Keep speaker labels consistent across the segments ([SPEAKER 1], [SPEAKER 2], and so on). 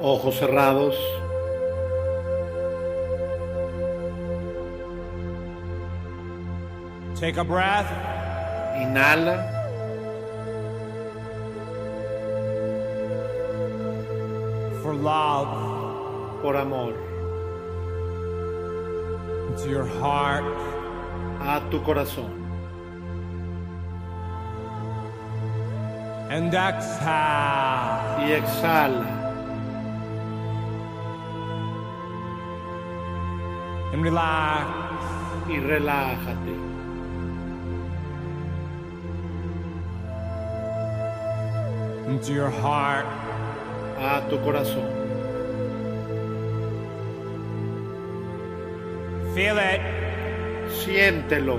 [SPEAKER 1] ojos cerrados.
[SPEAKER 2] Take a breath.
[SPEAKER 1] Inhala.
[SPEAKER 2] For love,
[SPEAKER 1] por amor
[SPEAKER 2] to your heart,
[SPEAKER 1] a tu corazón.
[SPEAKER 2] and exhale.
[SPEAKER 1] Y exhala
[SPEAKER 2] And relax.
[SPEAKER 1] y relájate.
[SPEAKER 2] into your heart
[SPEAKER 1] A tu corazón.
[SPEAKER 2] feel it
[SPEAKER 1] Siéntelo.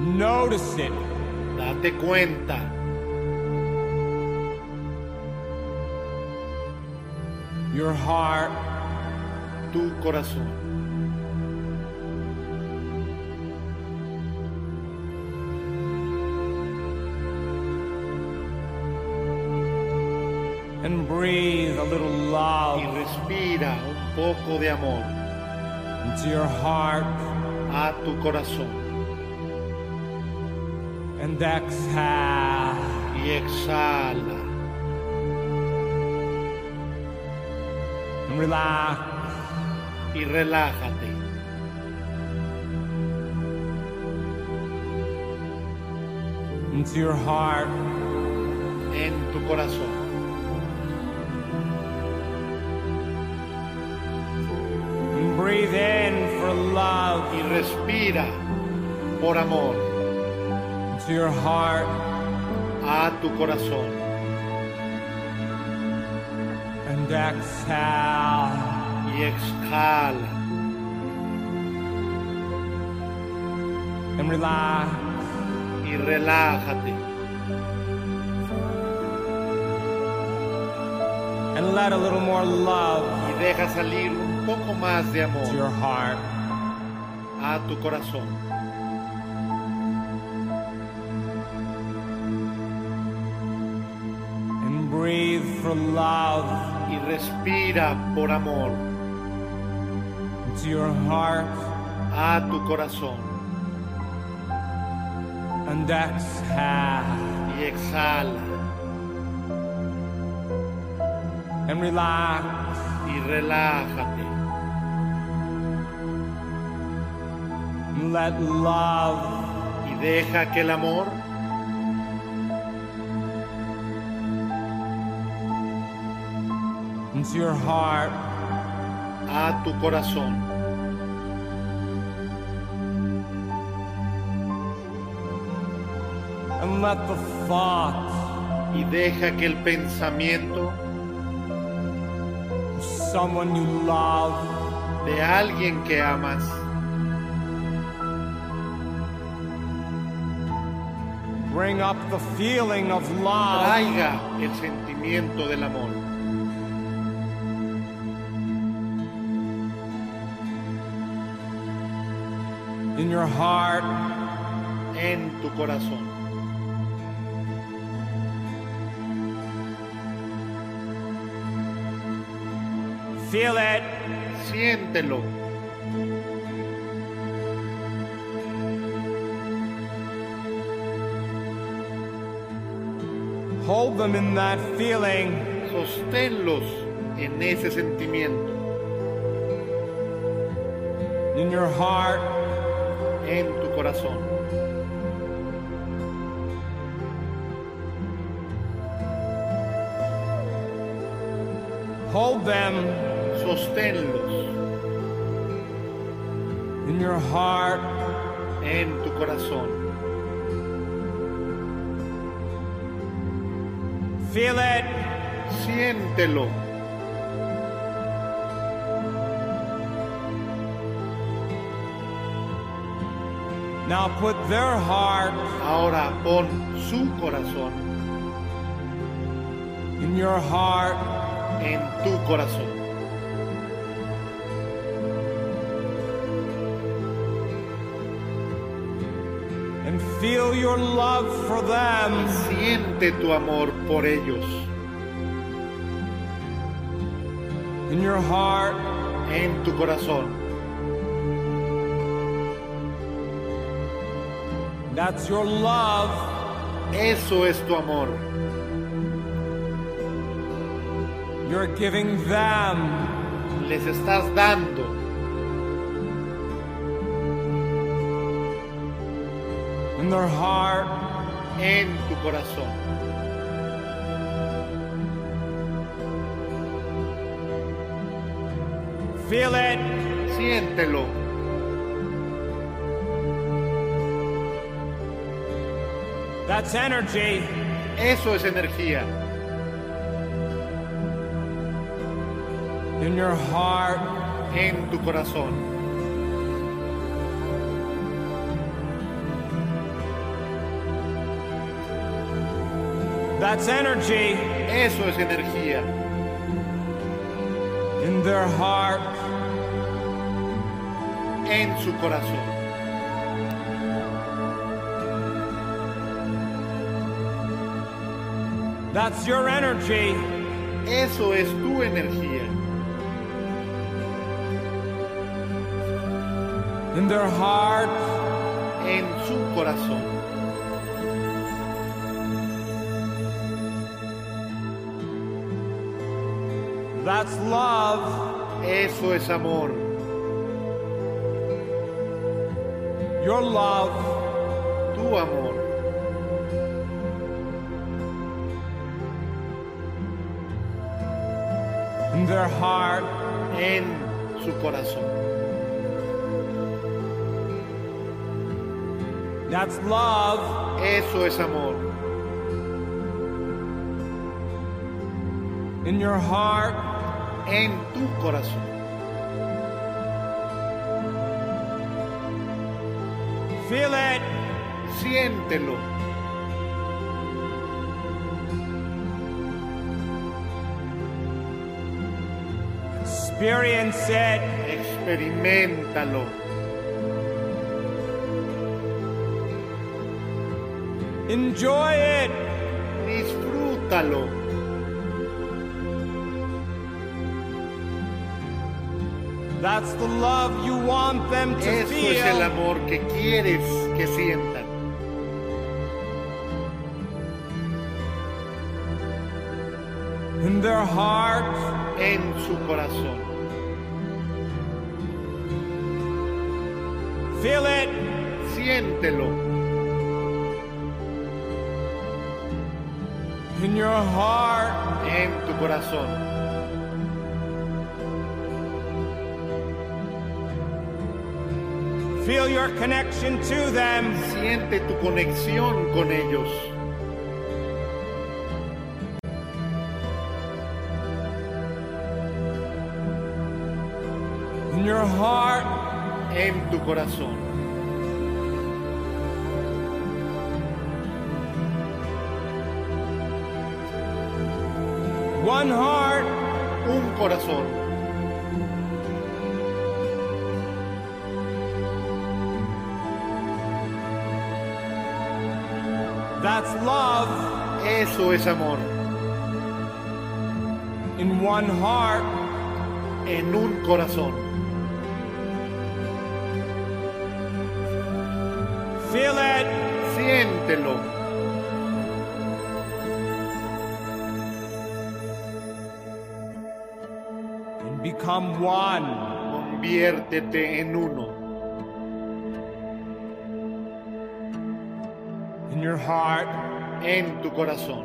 [SPEAKER 2] notice it
[SPEAKER 1] Date cuenta.
[SPEAKER 2] your heart
[SPEAKER 1] Tu corazón.
[SPEAKER 2] and breathe a little
[SPEAKER 1] Y
[SPEAKER 2] love
[SPEAKER 1] respira un poco de amor
[SPEAKER 2] into your heart
[SPEAKER 1] a tu corazón.
[SPEAKER 2] and exhale
[SPEAKER 1] Y exhala
[SPEAKER 2] and relax
[SPEAKER 1] y relájate.
[SPEAKER 2] into your heart
[SPEAKER 1] En tu corazón.
[SPEAKER 2] and breathe in for love
[SPEAKER 1] Y respira por amor
[SPEAKER 2] into your heart
[SPEAKER 1] a tu corazón.
[SPEAKER 2] and exhale
[SPEAKER 1] Y exhala
[SPEAKER 2] and relax
[SPEAKER 1] y relájate.
[SPEAKER 2] and let a little more love
[SPEAKER 1] Y deja salir un poco más de
[SPEAKER 2] to
[SPEAKER 1] amor
[SPEAKER 2] your heart
[SPEAKER 1] a tu corazón.
[SPEAKER 2] and breathe for love
[SPEAKER 1] Y respira por amor
[SPEAKER 2] into your heart
[SPEAKER 1] a tu corazón.
[SPEAKER 2] and exhale
[SPEAKER 1] Y exhala
[SPEAKER 2] and relax
[SPEAKER 1] y relájate.
[SPEAKER 2] and let love
[SPEAKER 1] Y deja que el amor
[SPEAKER 2] into your heart
[SPEAKER 1] a tu corazón.
[SPEAKER 2] and let the thought
[SPEAKER 1] Y deja que el pensamiento
[SPEAKER 2] of someone you love
[SPEAKER 1] de alguien que amas
[SPEAKER 2] bring up the feeling of love
[SPEAKER 1] traiga el sentimiento del amor.
[SPEAKER 2] in your heart
[SPEAKER 1] en tu corazón.
[SPEAKER 2] feel it
[SPEAKER 1] Siéntelo
[SPEAKER 2] hold them in that feeling
[SPEAKER 1] Sosténlos en ese sentimiento,
[SPEAKER 2] in your heart
[SPEAKER 1] en tu corazón.
[SPEAKER 2] hold them
[SPEAKER 1] Sosténlos
[SPEAKER 2] in your heart
[SPEAKER 1] en tu corazón.
[SPEAKER 2] feel it
[SPEAKER 1] Siéntelo
[SPEAKER 2] now put their heart
[SPEAKER 1] ahora pon su corazón
[SPEAKER 2] in your heart
[SPEAKER 1] en tu corazón.
[SPEAKER 2] and and feel your love for them.
[SPEAKER 1] Siente tu amor por ellos.
[SPEAKER 2] In your heart,
[SPEAKER 1] En tu corazón.
[SPEAKER 2] that's your love.
[SPEAKER 1] Eso es tu amor.
[SPEAKER 2] You're giving them
[SPEAKER 1] Les estás dando
[SPEAKER 2] in their heart.
[SPEAKER 1] en tu corazón.
[SPEAKER 2] Feel it.
[SPEAKER 1] Siéntelo.
[SPEAKER 2] That's energy.
[SPEAKER 1] Eso es energía.
[SPEAKER 2] In your heart,
[SPEAKER 1] En tu corazón.
[SPEAKER 2] that's energy.
[SPEAKER 1] Eso es energía.
[SPEAKER 2] In their heart,
[SPEAKER 1] En su corazón.
[SPEAKER 2] that's your energy.
[SPEAKER 1] Eso es tu energía.
[SPEAKER 2] In their heart,
[SPEAKER 1] En su corazón.
[SPEAKER 2] that's love.
[SPEAKER 1] Eso es amor.
[SPEAKER 2] Your love.
[SPEAKER 1] Tu amor.
[SPEAKER 2] In their heart,
[SPEAKER 1] En su corazón.
[SPEAKER 2] that's love.
[SPEAKER 1] Eso es amor.
[SPEAKER 2] In your heart,
[SPEAKER 1] En tu corazón.
[SPEAKER 2] feel it.
[SPEAKER 1] Siéntelo.
[SPEAKER 2] Experience it.
[SPEAKER 1] Experimentalo.
[SPEAKER 2] Enjoy it.
[SPEAKER 1] Disfrútalo.
[SPEAKER 2] That's the love you want them to
[SPEAKER 1] Eso
[SPEAKER 2] feel.
[SPEAKER 1] es el amor que quieres que sientan.
[SPEAKER 2] In their heart,
[SPEAKER 1] En su corazón.
[SPEAKER 2] feel it.
[SPEAKER 1] Siéntelo.
[SPEAKER 2] In your heart,
[SPEAKER 1] En tu corazón.
[SPEAKER 2] feel your connection to them.
[SPEAKER 1] Siente tu conexión con ellos.
[SPEAKER 2] In your heart,
[SPEAKER 1] En tu corazón.
[SPEAKER 2] one heart.
[SPEAKER 1] Un corazón.
[SPEAKER 2] That's love.
[SPEAKER 1] Eso es amor.
[SPEAKER 2] In one heart,
[SPEAKER 1] En un corazón.
[SPEAKER 2] feel it.
[SPEAKER 1] Siéntelo.
[SPEAKER 2] And become one.
[SPEAKER 1] Conviértete en uno.
[SPEAKER 2] In your heart,
[SPEAKER 1] En tu corazón.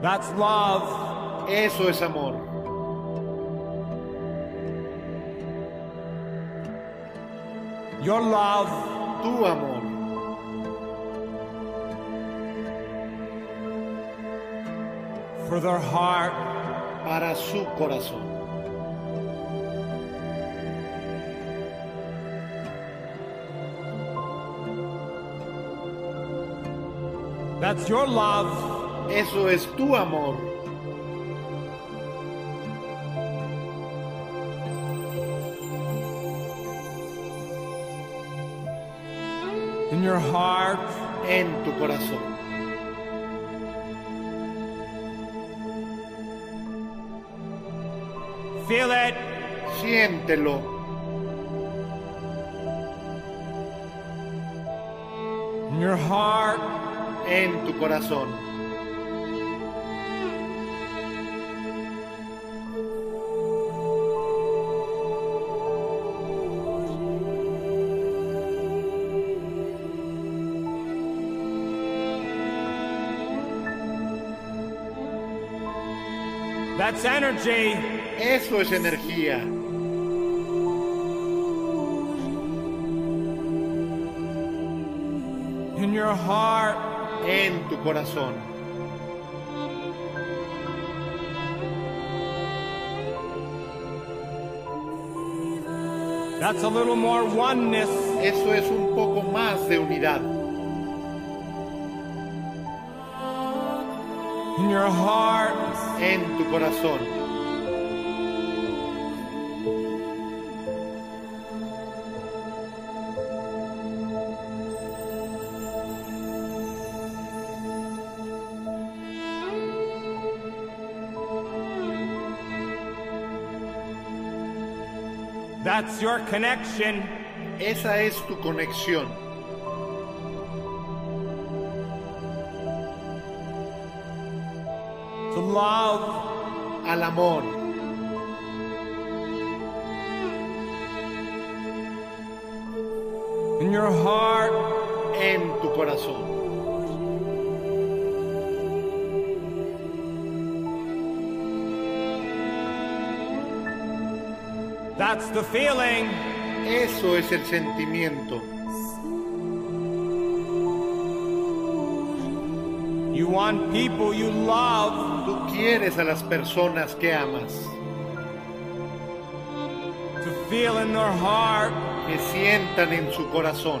[SPEAKER 2] that's love.
[SPEAKER 1] Eso es amor.
[SPEAKER 2] Your love.
[SPEAKER 1] Tu amor.
[SPEAKER 2] For their heart,
[SPEAKER 1] Para su corazón.
[SPEAKER 2] that's That's your love.
[SPEAKER 1] Eso es tu amor.
[SPEAKER 2] In your heart,
[SPEAKER 1] En tu corazón.
[SPEAKER 2] feel it.
[SPEAKER 1] Siéntelo.
[SPEAKER 2] In your heart,
[SPEAKER 1] En tu corazón.
[SPEAKER 2] that's energy.
[SPEAKER 1] Eso es energía.
[SPEAKER 2] In your heart,
[SPEAKER 1] En tu corazón.
[SPEAKER 2] that's a little more oneness.
[SPEAKER 1] Eso es un poco más de unidad.
[SPEAKER 2] In your heart,
[SPEAKER 1] En tu corazón.
[SPEAKER 2] that's your connection.
[SPEAKER 1] Esa es tu conexión.
[SPEAKER 2] to love.
[SPEAKER 1] Al amor.
[SPEAKER 2] In your heart,
[SPEAKER 1] En tu corazón.
[SPEAKER 2] that's the feeling.
[SPEAKER 1] Eso es el sentimiento.
[SPEAKER 2] You want people you love.
[SPEAKER 1] Tú quieres a las personas que amas.
[SPEAKER 2] to feel in their heart
[SPEAKER 1] Que sientan en su corazón.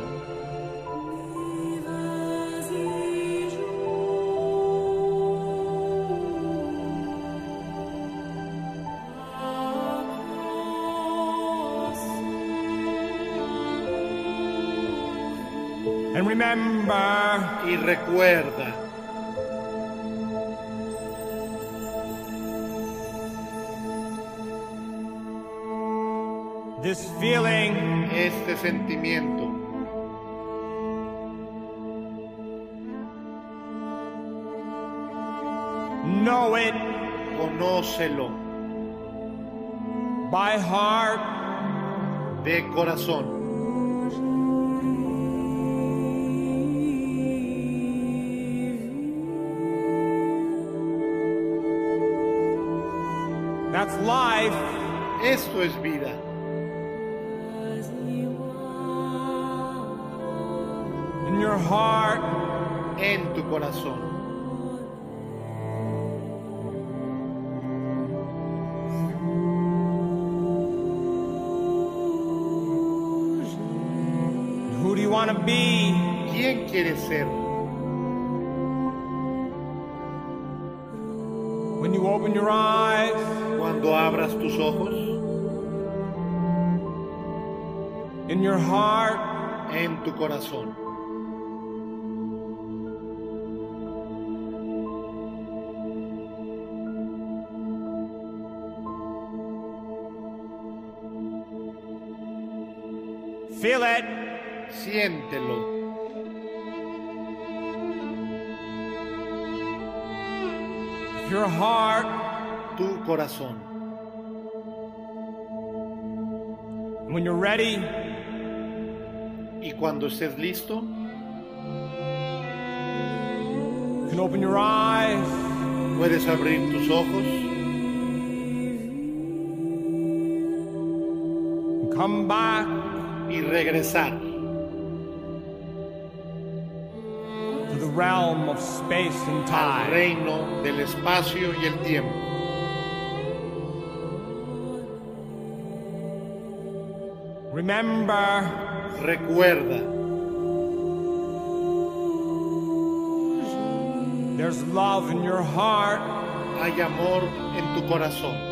[SPEAKER 2] and remember
[SPEAKER 1] Y recuerda.
[SPEAKER 2] this feeling
[SPEAKER 1] Este sentimiento.
[SPEAKER 2] know it
[SPEAKER 1] Conócelo.
[SPEAKER 2] by heart
[SPEAKER 1] De corazón.
[SPEAKER 2] that's life
[SPEAKER 1] Esto es vida.
[SPEAKER 2] in your heart
[SPEAKER 1] En tu corazón.
[SPEAKER 2] who do you want to be
[SPEAKER 1] ¿Quién quieres ser?
[SPEAKER 2] when you open your eyes
[SPEAKER 1] Cuando abras tus ojos.
[SPEAKER 2] in your heart
[SPEAKER 1] En tu corazón.
[SPEAKER 2] feel it
[SPEAKER 1] Siéntelo.
[SPEAKER 2] your heart
[SPEAKER 1] Tu corazón.
[SPEAKER 2] when you're ready
[SPEAKER 1] Y cuando estés listo,
[SPEAKER 2] you can open your eyes
[SPEAKER 1] puedes abrir tus ojos
[SPEAKER 2] and come back
[SPEAKER 1] y regresar
[SPEAKER 2] to the realm of space and
[SPEAKER 1] al
[SPEAKER 2] time
[SPEAKER 1] reino del espacio y el tiempo.
[SPEAKER 2] remember
[SPEAKER 1] Recuerda,
[SPEAKER 2] There's love in your heart.
[SPEAKER 1] Hay amor en tu corazón.